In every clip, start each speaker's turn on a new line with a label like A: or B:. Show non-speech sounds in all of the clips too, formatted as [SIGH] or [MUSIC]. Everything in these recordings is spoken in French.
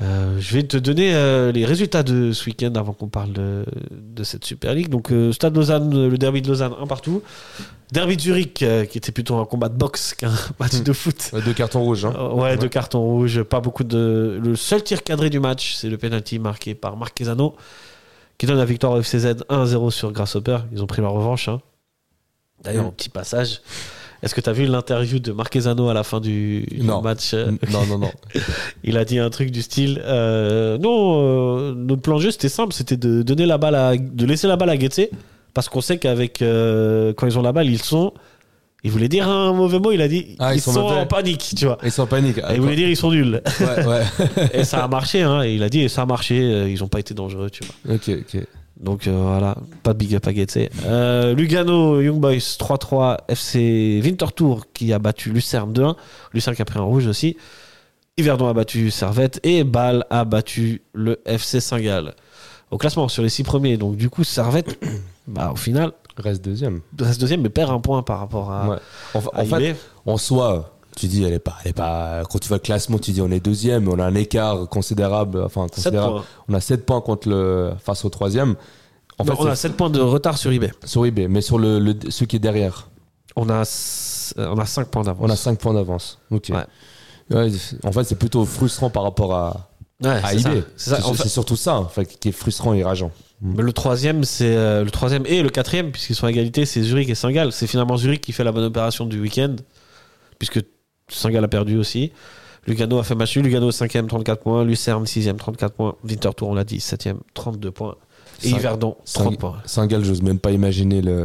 A: je vais te donner euh, les résultats de ce week-end avant qu'on parle de, de cette Super League. Donc, euh, Stade Lausanne, le derby de Lausanne, un partout. Derby de Zurich, euh, qui était plutôt un combat de boxe qu'un [LAUGHS] match de foot.
B: [LAUGHS] Ouais, Deux cartons rouges. hein.
A: Euh, ouais, deux cartons rouges, pas beaucoup de. Le seul tir cadré du match, c'est le penalty marqué par Marquesano, qui donne la victoire au FCZ 1-0 sur Grasshopper. Ils ont pris leur revanche. hein. D'ailleurs,
B: Mm.
A: un petit passage. Est-ce que tu as vu l'interview de Marquesano à la fin du, du
B: Non.
A: match euh,
B: Non, non, non.
A: il a dit un truc du style euh, Non, euh, notre plan de jeu, c'était simple, c'était de donner la balle à- de laisser la balle à Guetze, parce qu'on sait qu'avec euh, quand ils ont la balle, ils sont. Il voulait dire un mauvais mot, il a dit
B: Ah,
A: ils,
B: ils
A: sont,
B: sont mauvais.
A: en panique, tu vois.
B: Ils sont en
A: [LAUGHS]
B: panique.
A: Et il voulait dire ils sont nuls.
B: Ouais,
A: [LAUGHS]
B: ouais.
A: et ça a marché, hein. Et il a dit et ça a marché, euh, ils n'ont pas été dangereux, tu vois.
B: Ok, ok.
A: Donc euh, voilà, pas de big up à Guetze. Euh, Lugano, Young Boys 3-3, FC Winterthur qui a battu Lucerne 2-1. Lucerne qui a pris un rouge aussi. Yverdon a battu Servette et Bâle a battu le FC Saint-Gall. Au classement sur les six premiers, donc du coup Servette, [COUGHS] bah, au final,
B: Reste deuxième.
A: reste deuxième mais perd un point par rapport à,
B: Ouais. Enfin,
A: à
B: en fait,
A: IB.
B: en soi, tu dis, elle est pas, elle est pas. Quand tu vois le classement, tu dis, on est deuxième, on a un écart considérable. Enfin,
A: Sept
B: considérable.
A: points.
B: On a 7 points contre le, face au troisième. En
A: Non,
B: fait,
A: on a
B: c'est-
A: 7 points de retard sur eBay.
B: sur eBay, mais sur le, le- ceux qui est derrière,
A: On a, s- euh, on a 5 points d'avance.
B: on a 5 points d'avance. Ok. Ouais, en fait, c'est plutôt frustrant par rapport à,
A: Ouais,
B: à
A: c'est ça.
B: eBay.
A: C'est ça.
B: C'est
A: En fait-
B: c'est surtout ça en fait, qui est frustrant et rageant.
A: Mais Le troisième, c'est euh, le troisième et le quatrième, puisqu'ils sont à égalité, c'est Zurich et Saint-Gall. C'est finalement Zurich qui fait la bonne opération du week-end, puisque Saint-Gall a perdu aussi. Lugano a fait match nul. Lugano 5ème, 34 points. Lucerne 6ème, 34 points. Winterthur, on l'a dit, 7ème, 32 points. Et
B: Saint-
A: Yverdon, 30 points.
B: Saint-Gall, j'ose même pas imaginer le.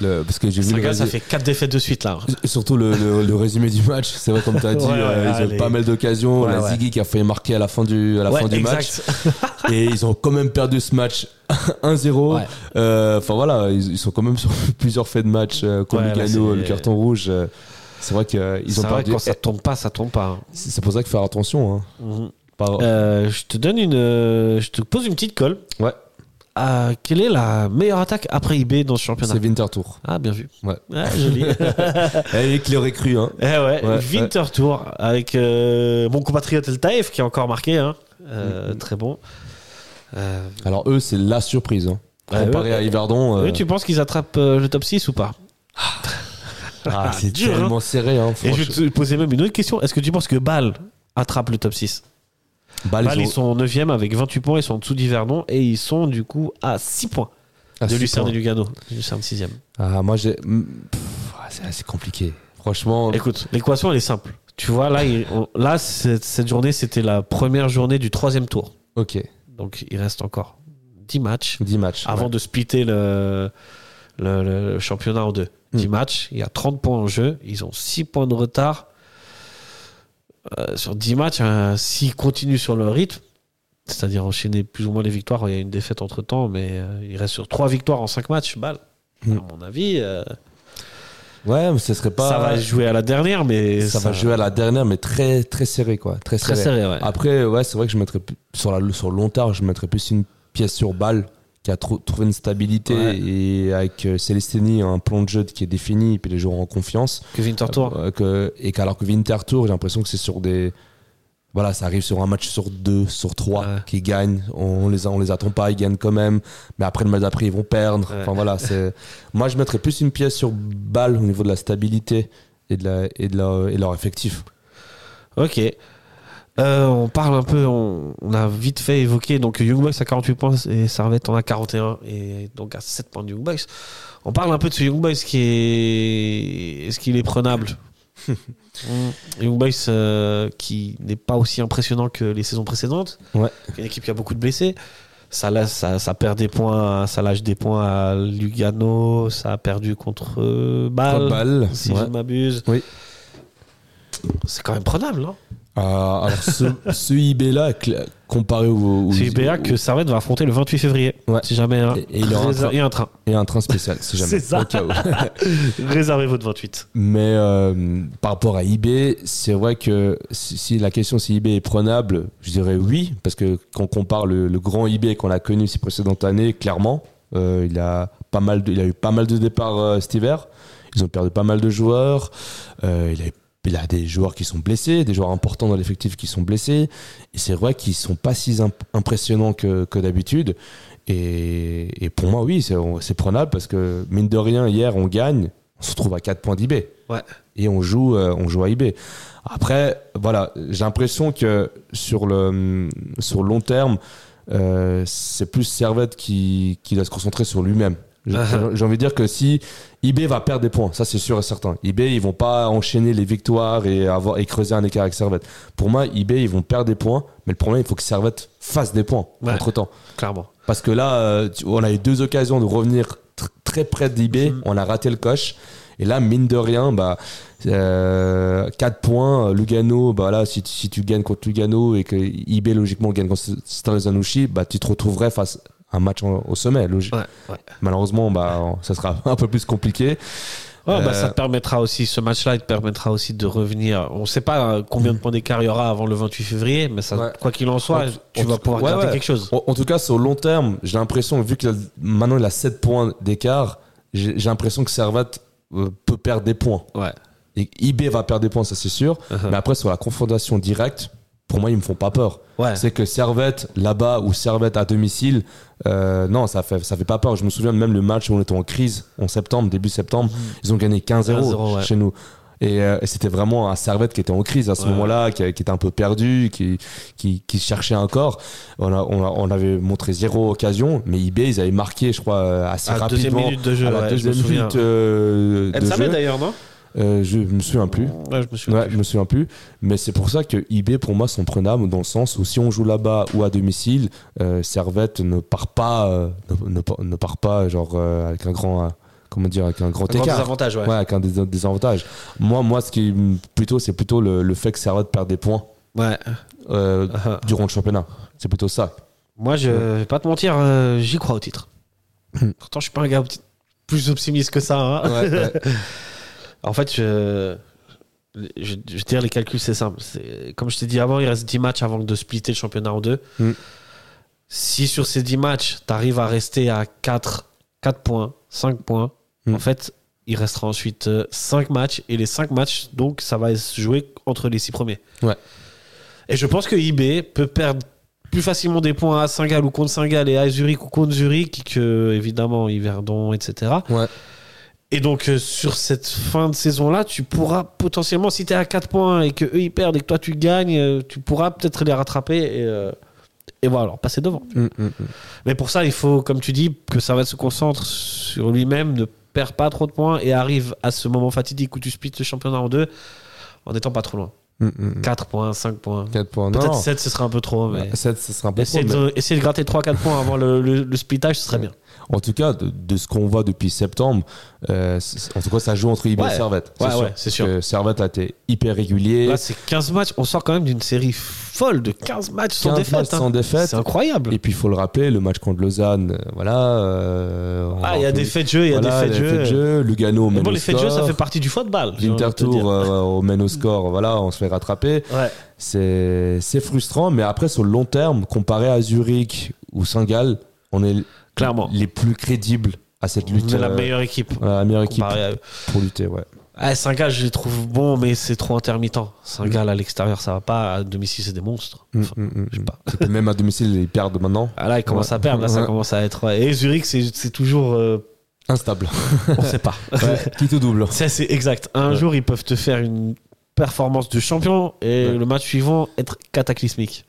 B: le parce que j'ai vu le
A: Saint-Gall, ça
B: résu-
A: fait 4 défaites de suite là. hein.
B: Et Surtout le, le- le résumé du match, c'est vrai comme tu as dit,
A: [LAUGHS] Ouais, ouais,
B: euh, ils ont
A: allez.
B: eu pas mal d'occasions,
A: Ouais,
B: la
A: ouais.
B: Ziggy qui a failli marquer à la fin du, à la
A: Ouais,
B: fin du match,
A: exact. [LAUGHS]
B: et ils ont quand même perdu ce match [LAUGHS] 1-0.
A: Ouais.
B: Euh, Enfin voilà, ils, ils sont quand même [LAUGHS] sur plusieurs faits de match, euh, comme
A: Ouais, là,
B: Lugano,
A: c'est-
B: le carton rouge. euh, c'est vrai qu'ils ont
A: C'est vrai que
B: perdu. Eh,
A: quand ça tombe pas, ça tombe pas. hein.
B: C'est c'est pour ça qu'il faut faire attention. hein.
A: Mhm.
B: Par-
A: Euh, je te donne une. euh, je te pose une petite colle.
B: Ouais,
A: Euh, quelle est la meilleure attaque après IB dans ce championnat [LAUGHS]
B: c'est Wintertour.
A: Ah, bien vu.
B: Ouais.
A: Ah, joli.
B: [LAUGHS] Et qui l'aurait cru, hein.
A: Eh ouais,
B: Ouais,
A: Winter Tour avec euh, mon compatriote El Taïf qui a encore marqué. hein.
B: Mm.
A: Euh, Très bon. Euh,
B: Alors eux, c'est la surprise. Hein.
A: Ouais,
B: Comparé
A: eux-
B: à Yverdon, euh,
A: oui, tu penses qu'ils attrapent euh, le top 6 ou pas
B: ah, c'est
A: dur, hein.
B: tellement serré. Hein,
A: Et je
B: franchement.
A: vais te poser même une autre question. Est-ce que tu penses que Bâle attrape le top 6
B: Bâle,
A: Bâle,
B: ils
A: ils sont
B: ont-
A: 9e avec 28 points. Ils sont en dessous d'Yverdon et ils sont du coup à 6 points
B: Ah,
A: de
B: six
A: Lucerne
B: points.
A: et Lugano. Lucerne 6e.
B: Ah, moi, j'ai. Mm, pff, ah, C'est assez compliqué. Franchement,
A: Écoute, l'équation elle est simple. Tu vois, là, il- on- là cette, cette journée, c'était la première journée du troisième tour.
B: ok.
A: Donc il reste encore 10 matchs.
B: 10 matchs.
A: avant
B: Ouais.
A: de splitter le, le, le championnat en deux.
B: Hmm.
A: 10 matchs, il y a 30 points en jeu, ils ont 6 points de retard. Euh, sur 10 matchs, hein, s'ils continuent sur leur rythme, c'est-à-dire enchaîner plus ou moins les victoires, il y a une défaite entre temps, mais euh, il reste sur 3 victoires en 5 matchs, balle.
B: Mm.
A: À mon avis, euh,
B: Ouais, mais ce serait pas.
A: ça va jouer à la dernière, mais
B: ça va jouer à la dernière, mais très, très serré, quoi. Très
A: très
B: serré.
A: serré. ouais.
B: Après, ouais, c'est vrai que je mettrais. plus- Sur, la, sur le long tard, je mettrais plus une pièce sur balle qui a trou- trouvé une stabilité
A: Ouais.
B: et avec euh, Celestini un plan de jeu qui est défini et puis les joueurs en confiance
A: Que Winterthur,
B: Euh, que, et qu'alors que Winter Tour j'ai l'impression que c'est sur des voilà ça arrive sur un match sur deux sur trois
A: Ouais.
B: qui gagnent on, on les a- on les attend pas ils gagnent quand même mais après le match d'après ils vont perdre
A: Ouais.
B: enfin voilà c'est moi je mettrais plus une pièce sur balle au niveau de la stabilité et de la et de la- et de leur effectif
A: Ok. Euh, on parle un peu, on, on a vite fait évoqué donc Young Bucks à 48 points et Servette en a 41 et donc à 7 points de Young Bucks. On parle un peu de ce Young Bucks qui est est-ce qu'il est [LAUGHS] prenable Mm. Young Bucks euh, qui n'est pas aussi impressionnant que les saisons précédentes.
B: Ouais.
A: Une équipe qui a beaucoup de blessés. Ça, laisse- ça, ça perd des points, ça lâche des points à Lugano, ça a perdu contre euh, Bâle,
B: balle
A: si je ne m'abuse.
B: Oui.
A: C'est quand même prenable, hein. non
B: Euh, alors ce, ce IB là cl- comparé au, au-
A: C'est UBA
B: au-
A: que Servette va affronter le 28 février.
B: Ouais.
A: Si jamais. hein.
B: Et- et il aura un
A: Réser-
B: train.
A: et un train. [LAUGHS]
B: et un train spécial si jamais
A: C'est ça.
B: Au cas où.
A: Réservez votre 28.
B: Mais euh, par rapport à eBay, c'est vrai que si, si la question si eBay est prenable, je dirais oui, parce que quand on compare le, le grand eBay qu'on a connu ces précédentes années, clairement, euh, il, a pas mal de- il a eu pas mal de départs euh, cet hiver. Ils ont perdu pas mal de joueurs. Euh, il a eu il a des joueurs qui sont blessés, des joueurs importants dans l'effectif qui sont blessés. Et c'est vrai qu'ils sont pas si imp- impressionnants que, que d'habitude. Et, et pour moi, oui, c'est, on- c'est prenable parce que mine de rien, hier, on gagne, on se trouve à 4 points d'IB.
A: Ouais.
B: Et on joue, euh, on joue à IB. Après, voilà, j'ai l'impression que sur le, sur le long terme, euh, c'est plus Servette qui, qui doit se concentrer sur lui-même. J'ai j'ai envie de dire que si IB va perdre des points, ça c'est sûr et certain. IB, ils vont pas enchaîner les victoires et, avoir, et creuser un écart avec Servette. Pour moi, IB, ils vont perdre des points, mais le problème, il faut que Servette fasse des points
A: Ouais.
B: entre temps.
A: clairement.
B: Parce que là, euh, tu- on a eu deux occasions de revenir tr- très près d'IB.
A: Mm.
B: On a raté le coche. Et là, mine de rien, bah, 4 points. euh, Lugano, bah là, si, tu- si tu gagnes contre Lugano et que IB, logiquement, gagne contre Stars Zanouchi, bah, tu te retrouverais face à un match en- au sommet. logique.
A: Ouais, ouais.
B: Malheureusement, bah, on- ça sera [LAUGHS] un peu plus compliqué.
A: Ouais, bah,
B: Euh,
A: ça te permettra aussi, ce match-là, il te permettra aussi de revenir. On ne sait pas euh, combien de points d'écart il y aura avant le 28 février, mais ça,
B: Mm. Ouais.
A: quoi qu'il en soit,
B: On-
A: tu
B: on-
A: vas pouvoir
B: ouais,
A: garder
B: ouais.
A: quelque chose.
B: En, en tout cas, sur le long terme, j'ai l'impression, vu que maintenant il a 7 points d'écart, j'ai j'ai l'impression que Servette euh, peut perdre des points.
A: Ouais.
B: Et IB va perdre des points, ça c'est sûr.
A: Uh-huh.
B: Mais après, sur la confrontation directe, pour moi, ils me font pas peur.
A: Ouais.
B: C'est que Servette là-bas ou Servette à domicile, euh, non, ça fait, ça fait pas peur. Je me souviens de même le match où on était en crise en septembre, début septembre. Ils ont gagné 15-0
A: 15-0, ouais.
B: chez nous. Et, euh, et c'était vraiment un Servette qui était en crise à ce
A: Ouais.
B: moment-là, qui, qui était un peu perdu, qui, qui, qui cherchait encore. On, a- on, a- on avait montré zéro occasion, mais IB, ils avaient marqué, je crois, euh, assez
A: À la deuxième
B: rapidement.
A: minute de jeu,
B: à la
A: ouais, je me
B: deuxième
A: souviens.
B: minute euh, de
A: Elle savait
B: jeu.
A: d'ailleurs, non
B: Euh, je me souviens plus.
A: Ouais, je me souviens.
B: Ouais, je me souviens plus. Mais c'est pour ça que IB, pour moi, sont prenables dans le sens où si on joue là-bas ou à domicile, euh, Servette ne part pas, euh, ne, ne part- ne part pas genre euh, avec un grand, euh, comment dire, avec un grand
A: Un grand
B: écart.
A: désavantage, ouais.
B: Ouais, avec un dés- désavantage. Moi, moi, ce qui me- plutôt, c'est plutôt le, le fait que Servette perd des points
A: Ouais. [LAUGHS]
B: euh,
A: Uh-huh.
B: durant le championnat. C'est plutôt ça.
A: Moi, je vais pas te mentir, euh, j'y crois au titre. Pourtant, je suis pas un gars opti- plus optimiste que ça. hein. En fait, je, je, je veux dire, les calculs, c'est simple. C'est- Comme je t'ai dit avant, il reste 10 matchs avant de splitter le championnat en deux.
B: Mm.
A: Si sur ces 10 matchs, tu arrives à rester à 4, 4 points, 5 points,
B: Mm.
A: en fait, il restera ensuite 5 matchs. Et les 5 matchs, donc, ça va se jouer entre les 6 premiers.
B: Ouais.
A: Et je pense que IB peut perdre plus facilement des points à Saint-Gall ou contre Saint-Gall et à Zurich ou contre Zurich que, évidemment, Yverdon, etc.
B: Ouais.
A: Et donc, euh, sur cette fin de saison-là, tu pourras potentiellement, si tu es à 4 points et que eux ils perdent et que toi tu gagnes, euh, tu pourras peut-être les rattraper et, euh, et voilà, leur passer devant.
B: Mm, mm, mm.
A: Mais pour ça, il faut, comme tu dis, que Servette se concentre sur lui-même, ne perd pas trop de points et arrive à ce moment fatidique où tu splits le championnat en deux en n'étant pas trop loin.
B: Mm, mm, mm.
A: 4 points, 5 points.
B: Quatre points. Non, Bah,
A: Peut-être
B: non.
A: 7, ce serait un peu trop, mais.
B: Sept, ce sera un bon
A: Essayer
B: point, mais- Mm.
A: de, essayer de gratter 3-4 points avant le, le, le splitage, ce serait bien.
B: En tout cas, de, de ce qu'on voit depuis septembre, euh, c- c- en tout cas, ça joue entre IB
A: Ouais.
B: et Servette.
A: Ouais, ouais, c'est sûr.
B: Que Servette a été hyper régulier.
A: Là, c'est 15 matchs. On sort quand même d'une série folle de 15 matchs sans
B: 15
A: défaite.
B: matchs
A: hein.
B: sans défaite.
A: C'est incroyable.
B: Et puis, il faut le rappeler, le match contre Lausanne, euh, voilà. euh, on
A: Ah, il y a
B: rappelle-
A: des faits de jeu, il y a
B: voilà,
A: des faits
B: les
A: de jeu.
B: faits jeu, Lugano,
A: Mais
B: mène
A: bon,
B: au
A: les faits de jeu, ça
B: score.
A: fait partie du football. j'ai envie de te
B: L'Intertour,
A: dire.
B: euh, on mène
A: [LAUGHS]
B: au score, voilà, on se fait rattraper.
A: Ouais.
B: C'est c'est frustrant, mais après, sur le long terme, comparé à Zurich ou Saint-Gall, on est
A: Clairement.
B: les plus crédibles à cette
A: On
B: lutte.
A: est la
B: euh,
A: meilleure équipe.
B: à la meilleure équipe
A: comparée à eux.
B: pour lutter, ouais.
A: Ah, 5 gars, je les trouve bons, mais c'est trop intermittent. 5 gars à l'extérieur, ça va pas. À domicile, c'est des monstres. Enfin,
B: Mm, mm, mm,
A: je sais
B: mm.
A: pas.
B: Et puis même à domicile, ils perdent maintenant.
A: Ah, là, ils commencent
B: Ouais.
A: à perdre. Là, ça
B: Ouais.
A: commence à être. ouais. Et Zurich, c'est c'est toujours. euh,
B: Instable.
A: on sait
B: [LAUGHS]
A: pas.
B: Qui tout double.
A: Ça, c'est exact. Un
B: Ouais.
A: jour, ils peuvent te faire une performance de champion et
B: Ouais.
A: le match suivant être cataclysmique.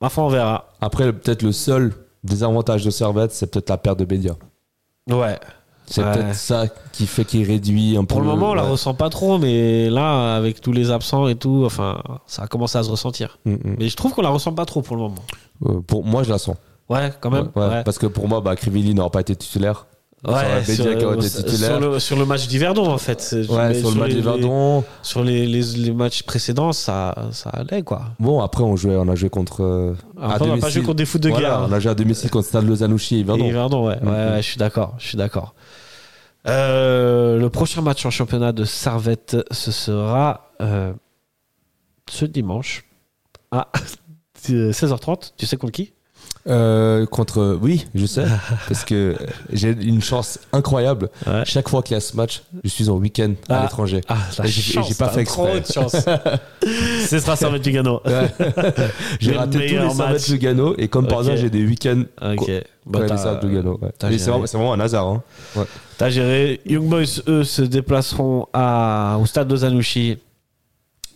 A: Ma foi, on verra.
B: Après, le- peut-être le seul désavantage de Servette, c'est peut-être la perte de Bédia.
A: Ouais.
B: C'est
A: Ouais.
B: peut-être ça qui fait qu'il réduit un peu.
A: Pour le moment, on la
B: Euh, ouais.
A: ressent pas trop, mais là, avec tous les absents et tout, enfin, ça a commencé à se ressentir.
B: Mm, mm.
A: Mais je trouve qu'on la ressent pas trop pour le moment.
B: Euh, pour moi, je la sens.
A: Ouais, quand même.
B: Ouais, ouais.
A: Ouais.
B: Parce que pour moi, bah, Crivelli n'aura pas été titulaire. Ça
A: Ouais,
B: aurait Bédia qui aurait été
A: sur-
B: titulaire.
A: sur le, sur le match d'Hiverdon, en fait. C'est-
B: Ouais,
A: mais
B: sur le match
A: les-
B: des Verdon.
A: les- Sur les, les, les matchs précédents, ça, ça allait, quoi.
B: Bon, après, on, jouait, on a joué contre. euh,
A: Après,
B: à
A: on n'a pas
B: domicile.
A: joué contre des foot de
B: Voilà,
A: guerre. hein.
B: On a joué à domicile contre Stade Lozanouchi et Verdon.
A: Et Verdon, ouais,
B: Mhm.
A: ouais, ouais, je suis d'accord, je suis d'accord. Euh, le prochain match en championnat de Servette, ce sera euh, [LAUGHS] ce dimanche à 16h30. Tu sais contre qui
B: Euh, contre, oui, je
A: [LAUGHS]
B: sais, parce que j'ai une chance incroyable.
A: Ouais.
B: Chaque fois qu'il y a ce match, je suis en week-end à
A: Ah. [LAUGHS]
B: l'étranger.
A: Ah, la
B: Et j'ai-
A: chance,
B: j'ai pas
A: t'as
B: fait
A: trop de
B: exprès.
A: chance. [LAUGHS] Ce sera ça, du Lugano.
B: Ouais. j'ai
A: Le
B: raté tous les
A: meilleur
B: 100
A: match.
B: mètres de Gano et comme par
A: Ok.
B: hasard, j'ai des week-ends
A: Ok. Bah,
B: quand même
A: t'as-
B: ça, de Lugano, ouais.
A: t'as
B: Mais
A: géré.
B: c'est vraiment, c'est vraiment un hasard. hein.
A: T'as géré. Young Boys, eux, se déplaceront à, au stade de Zanushi.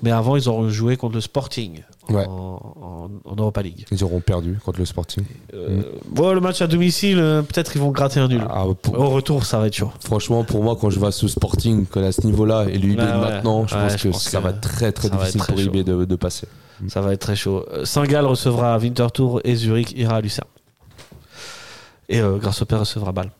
A: Mais avant, ils auront joué contre le Sporting
B: Ouais.
A: en, en- en Europa League.
B: Ils auront perdu contre le Sporting.
A: Euh, bon, le match à domicile, euh, peut-être ils vont gratter un nul.
B: Ah, pour-
A: Au retour, ça va être chaud.
B: Franchement, pour moi, quand je vois ce Sporting qu'on a à ce niveau-là et l'UB
A: Ouais, ouais.
B: maintenant, je
A: Ouais,
B: pense
A: je
B: que
A: pense
B: ça
A: que
B: va être très très
A: ça va être
B: difficile
A: très
B: pour l'UB de, de passer.
A: Ça va être très chaud. Euh, Saint-Gall recevra Winterthur et Zurich ira à Lucerne. Et euh, Grasshopper recevra Bâle.